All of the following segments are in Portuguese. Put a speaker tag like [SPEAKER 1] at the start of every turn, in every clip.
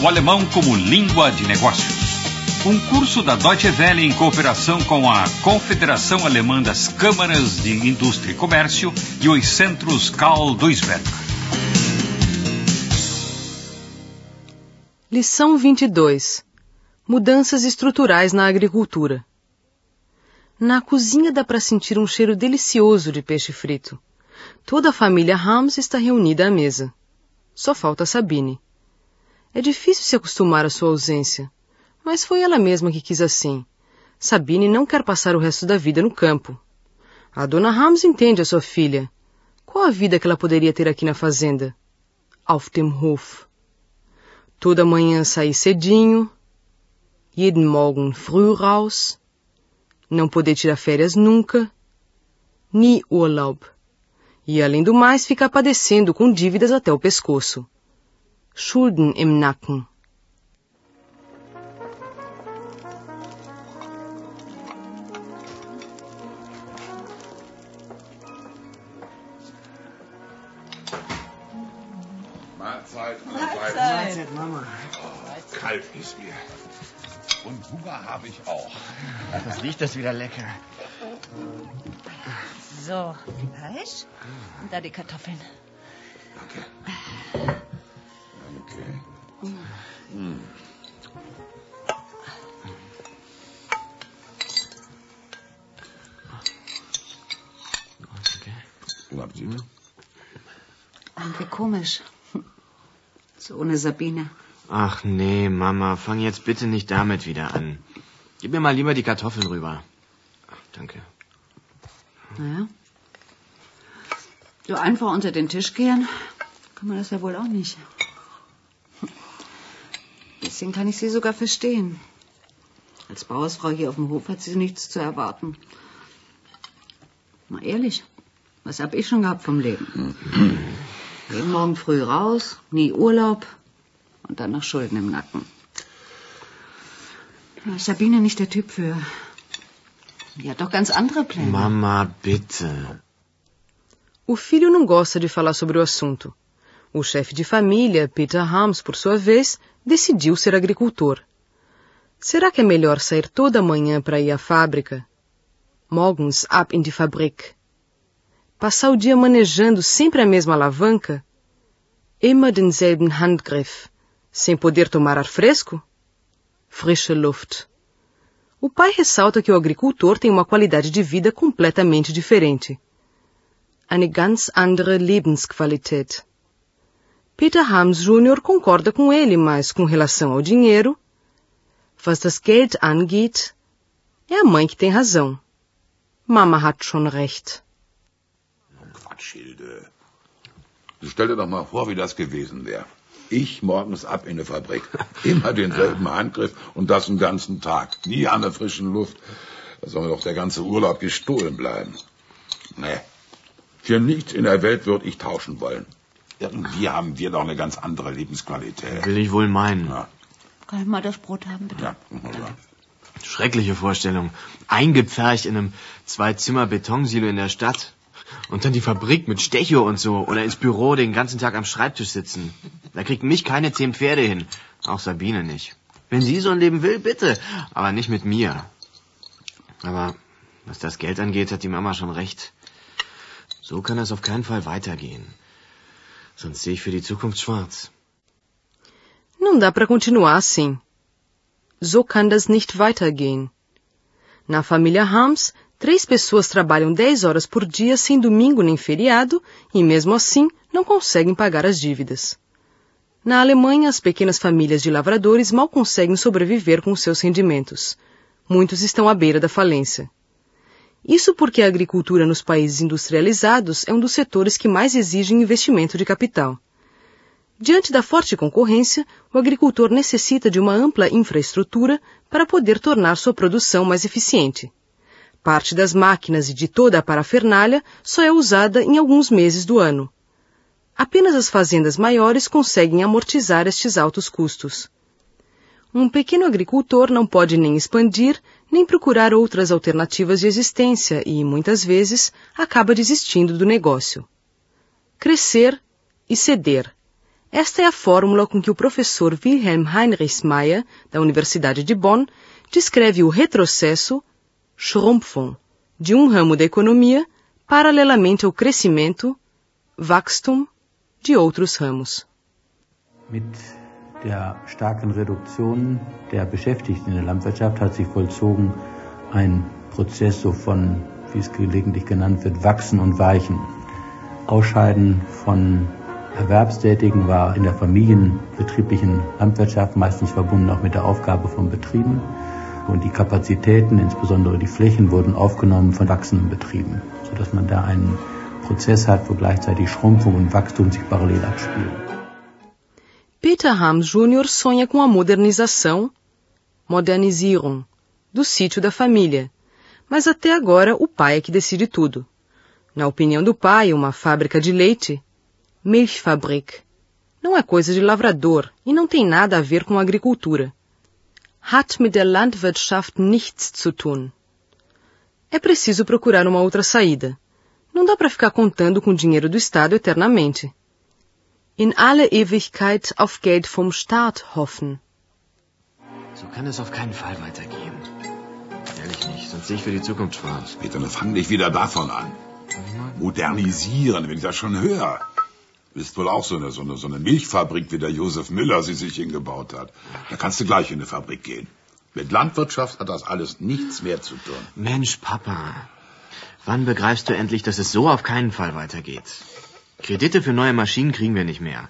[SPEAKER 1] o alemão como língua de negócios. Um curso da Deutsche Welle em cooperação com a Confederação Alemã das Câmaras de Indústria e Comércio e os centros Karl Duisberg.
[SPEAKER 2] Lição 22 Mudanças estruturais na agricultura. Na cozinha dá para sentir um cheiro delicioso de peixe frito. Toda a família Rams está reunida à mesa. Só falta Sabine. É difícil se acostumar à sua ausência, mas foi ela mesma que quis assim. Sabine não quer passar o resto da vida no campo. A dona Rams entende a sua filha. Qual a vida que ela poderia ter aqui na fazenda? Auf dem Hof. Toda manhã sair cedinho. Jeden Morgen früh raus não poder tirar férias nunca, ni Urlaub, e além do mais ficar padecendo com dívidas até o pescoço. Schulden im Nacken.
[SPEAKER 3] Mahlzeit,
[SPEAKER 4] Mahlzeit. Mama.
[SPEAKER 3] Oh, kalt ist mir. Und Hunger habe ich auch.
[SPEAKER 4] Das riecht das wieder lecker.
[SPEAKER 5] So, Fleisch und da die Kartoffeln.
[SPEAKER 3] Danke. Danke. Hm. Glaubt ihr?
[SPEAKER 6] Und wie Ah, komisch. So ohne Sabine.
[SPEAKER 4] Ach nee, Mama, fang jetzt bitte nicht damit wieder an. Gib mir mal lieber die Kartoffeln rüber. Ach, danke.
[SPEAKER 6] Naja. So einfach unter den Tisch kehren, kann man das ja wohl auch nicht. Deswegen kann ich sie sogar verstehen. Als Bauersfrau hier auf dem Hof hat sie nichts zu erwarten. Mal ehrlich, was hab ich schon gehabt vom Leben? Jeden Morgen früh raus, nie Urlaub, und dann noch Schulden im Nacken. Da ist Sabine nicht der Typ für. Die hat doch ganz andere Pläne.
[SPEAKER 4] Mama, bitte.
[SPEAKER 2] O filho não gosta de falar sobre o assunto. O chefe de família, Peter Hams, por sua vez, decidiu ser agricultor. Será que é melhor sair toda manhã para ir à fábrica? Morgens ab in die Fabrik. Passar o dia manejando sempre a mesma alavanca? Immer denselben Handgriff sem poder tomar ar fresco? Frische Luft. O pai ressalta que o agricultor tem uma qualidade de vida completamente diferente. Eine ganz andere Lebensqualität. Peter Hams Jr. concorda com ele, mas com relação ao dinheiro, was das Geld angeht, é a mãe que tem razão. Mama hat schon recht.
[SPEAKER 3] Quatsch, Hilde. Also Stell dir doch mal vor, wie das gewesen wäre. Ich morgens ab in die Fabrik. Immer denselben Handgriff und das den ganzen Tag. Nie an der frischen Luft. Da soll mir doch der ganze Urlaub gestohlen bleiben. Nee. Für nichts in der Welt würde ich tauschen wollen. Irgendwie haben wir doch eine ganz andere Lebensqualität.
[SPEAKER 4] Will ich wohl meinen.
[SPEAKER 3] Ja,
[SPEAKER 6] Kann ich mal das Brot haben, bitte?
[SPEAKER 3] ja. ja.
[SPEAKER 4] Schreckliche Vorstellung. Eingepfercht in einem Zwei-Zimmer-Betonsilo in der Stadt. Und dann die Fabrik mit Stecho und so. Oder ins Büro den ganzen Tag am Schreibtisch sitzen. Da kriegt mich keine zehn Pferde hin. Auch Sabine nicht. Wenn sie so ein Leben will, bitte. Aber nicht mit mir. Aber was das Geld angeht, hat die Mama schon recht. So kann das auf keinen Fall weitergehen. Sonst sehe ich für die Zukunft schwarz.
[SPEAKER 2] Não dá para continuar assim. So kann das nicht weitergehen. Na família Rams, três pessoas trabalham 10 horas por dia sem domingo nem feriado e, mesmo assim, não conseguem pagar as dívidas. Na Alemanha, as pequenas famílias de lavradores mal conseguem sobreviver com seus rendimentos. Muitos estão à beira da falência. Isso porque a agricultura nos países industrializados é um dos setores que mais exigem investimento de capital. Diante da forte concorrência, o agricultor necessita de uma ampla infraestrutura para poder tornar sua produção mais eficiente. Parte das máquinas e de toda a parafernália só é usada em alguns meses do ano. Apenas as fazendas maiores conseguem amortizar estes altos custos. Um pequeno agricultor não pode nem expandir, nem procurar outras alternativas de existência e, muitas vezes, acaba desistindo do negócio. Crescer e ceder Esta é a fórmula com que o professor Wilhelm Heinrich Meyer, da Universidade de Bonn, descreve o retrocesso, Schrumpfung, de um ramo da economia, paralelamente ao crescimento, Wachstum, de outros ramos.
[SPEAKER 7] Mit der starken Reduktion der Beschäftigten in der Landwirtschaft hat sich vollzogen ein Prozess so von, wie es gelegentlich genannt wird, Wachsen und Weichen. Ausscheiden von Erwerbstätigen war in der familienbetrieblichen Landwirtschaft meistens verbunden auch mit der Aufgabe von Betrieben. Und die Kapazitäten, insbesondere die Flächen, wurden aufgenommen von wachsenden Betrieben, sodass man da einen Prozess hat, wo gleichzeitig Schrumpfung und Wachstum sich parallel abspielen.
[SPEAKER 2] Peter Rams Jr. sonha com a modernização, Modernisierung, do sítio da família. Mas até agora o pai é que decide tudo. Na opinião do pai, uma fábrica de leite, Milchfabrik, não é coisa de lavrador e não tem nada a ver com agricultura. Hat mit der Landwirtschaft nichts zu tun. É preciso procurar uma outra saída. Não dá para ficar contando com o dinheiro do Estado eternamente. In alle Ewigkeit auf Geld vom Staat hoffen.
[SPEAKER 4] So kann es auf keinen Fall weitergehen. Ehrlich nicht, sonst sehe ich für die Zukunft schwarz.
[SPEAKER 3] Peter, dann fang nicht wieder davon an. Modernisieren, wenn ich das schon höre. Ist wohl auch so eine, so, eine, so eine Milchfabrik, wie der Josef Müller sie sich hingebaut hat. Da kannst du gleich in eine Fabrik gehen. Mit Landwirtschaft hat das alles nichts mehr zu tun.
[SPEAKER 4] Mensch, Papa. Wann begreifst du endlich, dass es so auf keinen Fall weitergeht? Kredite für neue Maschinen kriegen wir nicht mehr.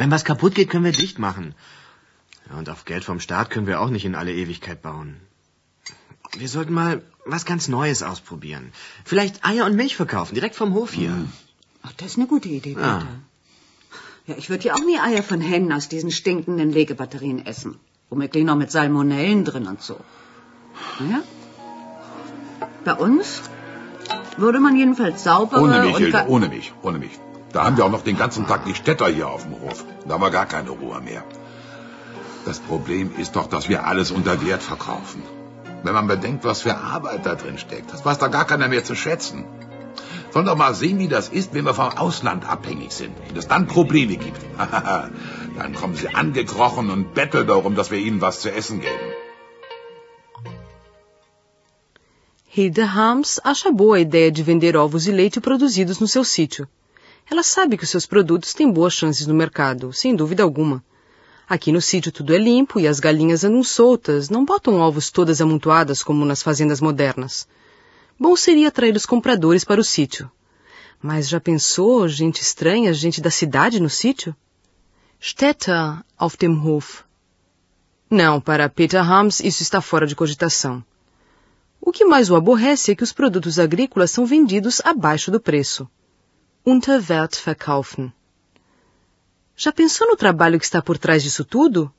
[SPEAKER 4] Wenn was kaputt geht, können wir dicht machen. Ja, und auf Geld vom Staat können wir auch nicht in alle Ewigkeit bauen. Wir sollten mal was ganz Neues ausprobieren. Vielleicht Eier und Milch verkaufen, direkt vom Hof hier.
[SPEAKER 6] Ach, das ist eine gute Idee,
[SPEAKER 4] Ja.
[SPEAKER 6] Peter. Ja, ich würde ja auch nie Eier von Hennen aus diesen stinkenden Legebatterien essen. Womöglich noch mit Salmonellen drin und so. Naja. Bei uns würde man jedenfalls saubere
[SPEAKER 3] Ohne mich,
[SPEAKER 6] und...
[SPEAKER 3] Hilde,
[SPEAKER 6] ga-
[SPEAKER 3] ohne mich, ohne mich. Da haben wir auch noch den ganzen Tag die Städter hier auf dem Hof. Da war gar keine Ruhe mehr. Das Problem ist doch, dass wir alles unter Wert verkaufen. Wenn man bedenkt, was für Arbeit da drin steckt, das weiß da gar keiner mehr zu schätzen. Sollen doch mal sehen, wie das ist, wenn wir vom Ausland abhängig sind. Wenn es dann Probleme gibt. dann kommen sie angekrochen und betteln darum, dass wir ihnen was zu essen geben.
[SPEAKER 2] Hilda Rams acha boa a ideia de vender ovos e leite produzidos no seu sítio. Ela sabe que os seus produtos têm boas chances no mercado, sem dúvida alguma. Aqui no sítio tudo é limpo e as galinhas andam soltas, não botam ovos todas amontoadas como nas fazendas modernas. Bom seria atrair os compradores para o sítio. Mas já pensou gente estranha, gente da cidade no sítio? Städter auf dem Hof. Não, para Peter Rams isso está fora de cogitação. O que mais o aborrece é que os produtos agrícolas são vendidos abaixo do preço. Unter Wert verkaufen. Já pensou no trabalho que está por trás disso tudo?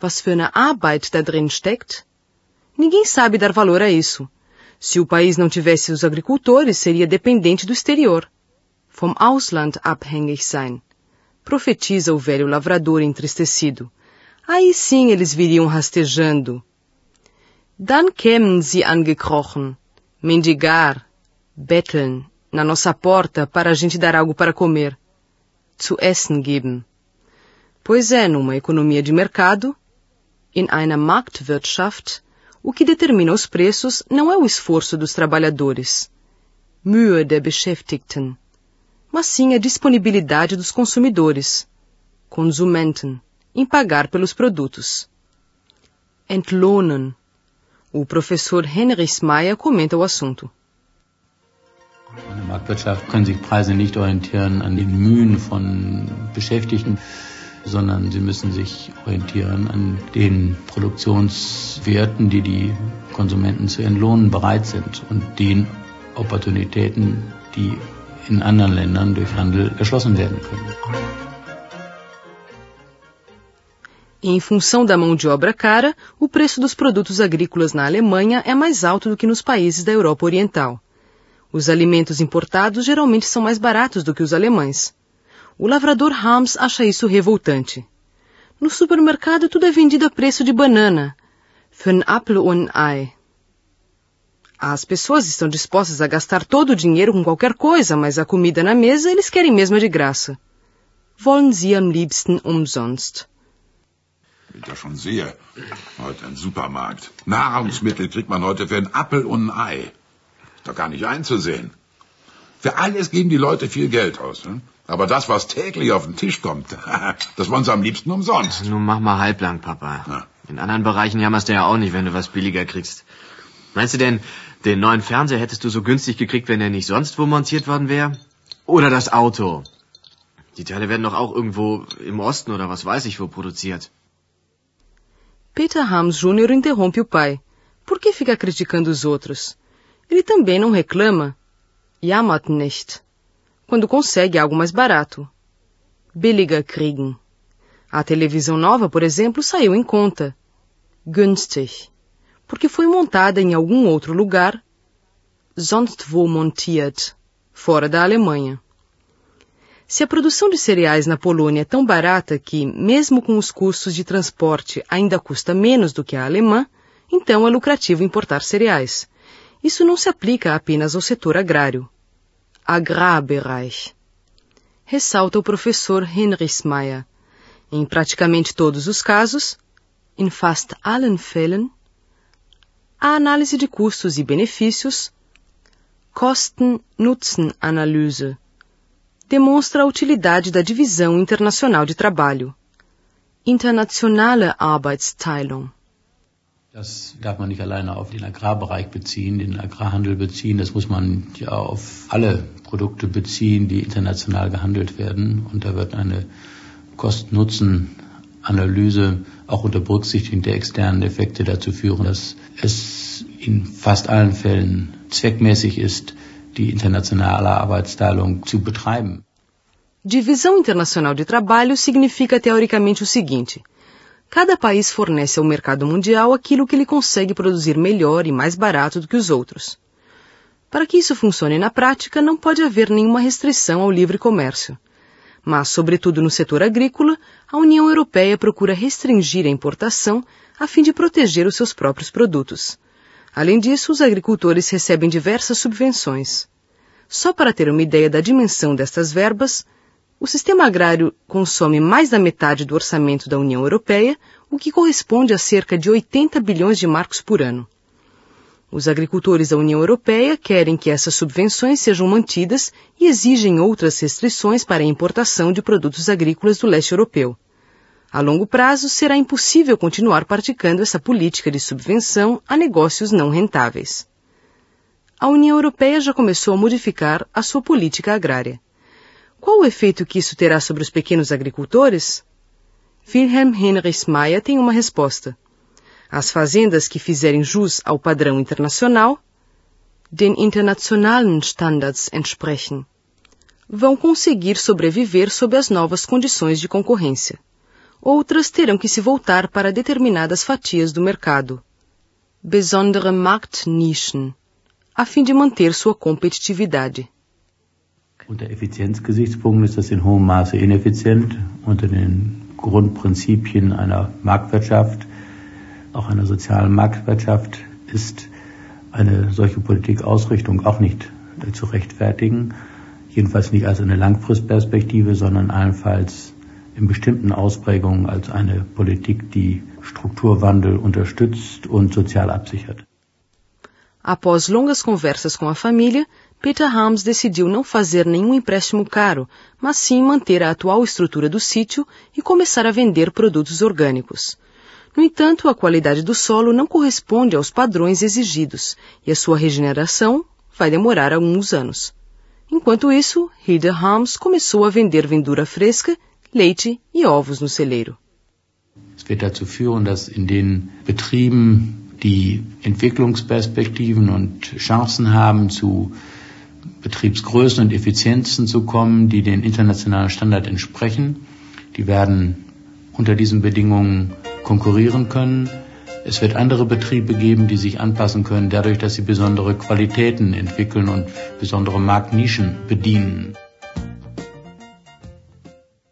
[SPEAKER 2] Was für eine Arbeit da drin steckt? Ninguém sabe dar valor a isso. Se o país não tivesse os agricultores, seria dependente do exterior. Vom Ausland abhängig sein. Profetiza o velho lavrador entristecido. Aí sim eles viriam rastejando. Dann kämen sie angekrochen. Mendigar, betteln, na nossa porta para a gente dar algo para comer. Zu essen geben. Pois é, numa economia de mercado, in einer Marktwirtschaft, o que determina os preços não é o esforço dos trabalhadores, Mühe der Beschäftigten, mas sim a disponibilidade dos consumidores, Konsumenten, em pagar pelos produtos. Entlohnen. O professor Henrich Meyer comenta o assunto.
[SPEAKER 7] In der Marktwirtschaft können sich Preise nicht orientieren an den Mühen von Beschäftigten, sondern sie müssen sich orientieren an den Produktionswerten, die die Konsumenten zu entlohnen bereit sind und den Opportunitäten, die in anderen Ländern durch Handel erschlossen werden können.
[SPEAKER 2] Em função da mão de obra cara, o preço dos produtos agrícolas na Alemanha é mais alto do que nos países da Europa Oriental. Os alimentos importados geralmente são mais baratos do que os alemães. O lavrador Hams acha isso revoltante. No supermercado tudo é vendido a preço de banana. Für einen Apfel und ein Ei. As pessoas estão dispostas a gastar todo o dinheiro com qualquer coisa, mas a comida na mesa eles querem mesmo é de graça. wollen sie am liebsten umsonst.
[SPEAKER 3] Wie ich das schon sehe. Heute ein Supermarkt. Nahrungsmittel kriegt man heute für einen Appel und ein Ei. Ist doch gar nicht einzusehen. Für alles geben die Leute viel Geld aus. Ne? Aber das, was täglich auf den Tisch kommt, das wollen sie am liebsten umsonst.
[SPEAKER 4] Nun mach mal halblang, Papa.
[SPEAKER 3] Ja.
[SPEAKER 4] In anderen Bereichen jammerst du ja auch nicht, wenn du was billiger kriegst. Meinst du denn, den neuen Fernseher hättest du so günstig gekriegt, wenn er nicht sonst wo montiert worden wäre? Oder das Auto? Die Teile werden doch auch irgendwo im Osten oder was weiß ich wo produziert.
[SPEAKER 2] Peter Ramos Jr. interrompe o pai. Por que ficar criticando os outros? Ele também não reclama. Jammert nicht. Quando consegue algo mais barato. Billiger kriegen. A televisão nova, por exemplo, saiu em conta. Günstig. Porque foi montada em algum outro lugar. Sonst wo montiert. Fora da Alemanha. Se a produção de cereais na Polônia é tão barata que, mesmo com os custos de transporte, ainda custa menos do que a alemã, então é lucrativo importar cereais. Isso não se aplica apenas ao setor agrário. Agrarbereich. Ressalta o professor Heinrich Mayer. Em praticamente todos os casos, in fast allen Fällen, a análise de custos e benefícios, Kosten-Nutzen-Analyse, demonstra a utilidade da divisão internacional de trabalho. Internationale Arbeitsteilung.
[SPEAKER 7] Das darf man nicht alleine auf den Agrarbereich beziehen, den Agrarhandel beziehen. Das muss man ja auf alle Produkte beziehen, die international gehandelt werden. Und da wird eine Kosten-Nutzen-Analyse auch unter Berücksichtigung der externen Effekte dazu führen, dass es in fast allen Fällen zweckmäßig ist, die internationale Arbeitsteilung zu betreiben.
[SPEAKER 2] Divisão Internacional de Trabalho significa teoricamente o seguinte: cada país fornece ao mercado mundial aquilo que ele consegue produzir melhor e mais barato do que os outros. Para que isso funcione na prática, não pode haver nenhuma restrição ao livre comércio. Mas, sobretudo no setor agrícola, a União Europeia procura restringir a importação a fim de proteger os seus próprios produtos. Além disso, os agricultores recebem diversas subvenções. Só para ter uma ideia da dimensão destas verbas, o sistema agrário consome mais da metade do orçamento da União Europeia, o que corresponde a cerca de 80 bilhões de marcos por ano. Os agricultores da União Europeia querem que essas subvenções sejam mantidas e exigem outras restrições para a importação de produtos agrícolas do leste europeu. A longo prazo, será impossível continuar praticando essa política de subvenção a negócios não rentáveis. A União Europeia já começou a modificar a sua política agrária. Qual o efeito que isso terá sobre os pequenos agricultores? Wilhelm Heinrich Mayer tem uma resposta. As fazendas que fizerem jus ao padrão internacional, den internationalen Standards entsprechen, vão conseguir sobreviver sob as novas condições de concorrência outras terão que se voltar para determinadas fatias do mercado, besondere Marktnischen, a fim de manter sua competitividade.
[SPEAKER 7] Unter Effizienzgesichtspunkten ist das in hohem Maße ineffizient. Unter den Grundprinzipien einer Marktwirtschaft, auch einer sozialen Marktwirtschaft, ist eine solche Politikausrichtung auch nicht äh, zu rechtfertigen. Jedenfalls nicht als eine Langfristperspektive, sondern allenfalls in bestimmten Ausprägungen als eine Politik, die Strukturwandel unterstützt und sozial absichert.
[SPEAKER 2] Após longas conversas com a família, Peter Rams decidiu não fazer nenhum empréstimo caro, mas sim manter a atual estrutura do sítio e começar a vender produtos orgânicos. No entanto, a qualidade do solo não corresponde aos padrões exigidos e a sua regeneração vai demorar alguns anos. Enquanto isso, Hilda Rams começou a vender vendura fresca leite e ovos no celeiro.
[SPEAKER 7] Es wird dazu führen, dass in den Betrieben, die Entwicklungsperspektiven und Chancen haben, zu Betriebsgrößen und Effizienzen zu kommen, die den internationalen Standard entsprechen, die werden unter diesen Bedingungen konkurrieren können. Es wird andere Betriebe geben, die sich anpassen können, dadurch, dass sie besondere Qualitäten entwickeln und besondere Marktnischen bedienen.